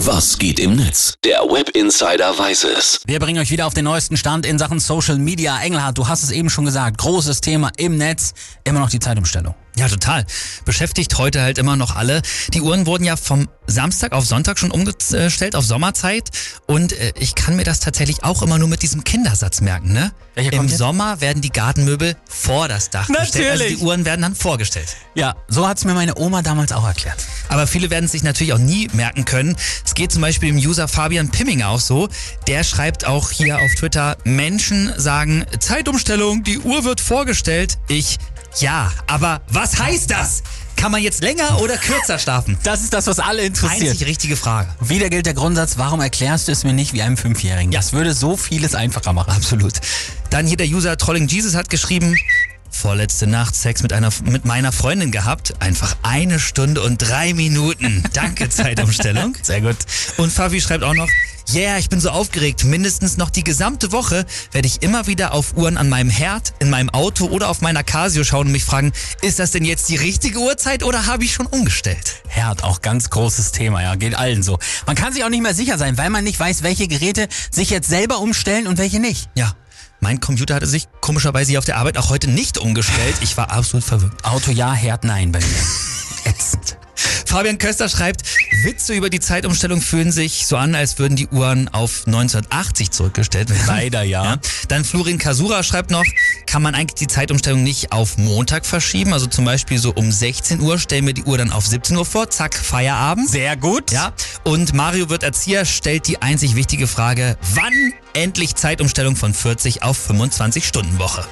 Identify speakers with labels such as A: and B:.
A: Was geht im Netz? Der Web Insider weiß es.
B: Wir bringen euch wieder auf den neuesten Stand in Sachen Social Media. Engelhardt, du hast es eben schon gesagt. Großes Thema im Netz. Immer noch die Zeitumstellung.
C: Ja, total. Beschäftigt heute halt immer noch alle. Die Uhren wurden ja vom Samstag auf Sonntag schon umgestellt auf Sommerzeit. Und äh, ich kann mir das tatsächlich auch immer nur mit diesem Kindersatz merken, ne?
B: Welcher
C: Im
B: kommt jetzt?
C: Sommer werden die Gartenmöbel vor das Dach gestellt. Also
B: Natürlich.
C: die Uhren werden dann vorgestellt.
B: Ja, so hat's mir meine Oma damals auch erklärt.
C: Aber viele werden es sich natürlich auch nie merken können. Es geht zum Beispiel dem User Fabian Pimminger auch so. Der schreibt auch hier auf Twitter, Menschen sagen, Zeitumstellung, die Uhr wird vorgestellt. Ich, ja, aber was heißt das? Kann man jetzt länger oder kürzer schlafen?
B: Das ist das, was alle interessiert.
C: Einzig richtige Frage.
B: Wieder gilt der Grundsatz, warum erklärst du es mir nicht wie einem Fünfjährigen?
C: Ja.
B: Das würde so vieles einfacher machen.
C: Absolut. Dann hier der User Trolling Jesus hat geschrieben, vorletzte Nacht Sex mit, einer, mit meiner Freundin gehabt. Einfach eine Stunde und drei Minuten. Danke, Zeitumstellung.
B: Sehr gut.
C: Und Fabi schreibt auch noch, yeah, ich bin so aufgeregt. Mindestens noch die gesamte Woche werde ich immer wieder auf Uhren an meinem Herd, in meinem Auto oder auf meiner Casio schauen und mich fragen, ist das denn jetzt die richtige Uhrzeit oder habe ich schon umgestellt?
B: Herd, auch ganz großes Thema, ja, geht allen so. Man kann sich auch nicht mehr sicher sein, weil man nicht weiß, welche Geräte sich jetzt selber umstellen und welche nicht.
C: Ja. Mein Computer hatte sich komischerweise hier auf der Arbeit auch heute nicht umgestellt. Ich war absolut verwirrt.
B: Auto ja, Herd nein bei mir.
C: Ätzend. Fabian Köster schreibt, Witze über die Zeitumstellung fühlen sich so an, als würden die Uhren auf 1980 zurückgestellt werden.
B: Leider, ja.
C: Dann Florin Kasura schreibt noch, kann man eigentlich die Zeitumstellung nicht auf Montag verschieben? Also zum Beispiel so um 16 Uhr, stellen wir die Uhr dann auf 17 Uhr vor, zack, Feierabend.
B: Sehr gut. Ja.
C: Ja, und Mario wird Erzieher, stellt die einzig wichtige Frage, wann endlich Zeitumstellung von 40 auf 25 Stunden Woche?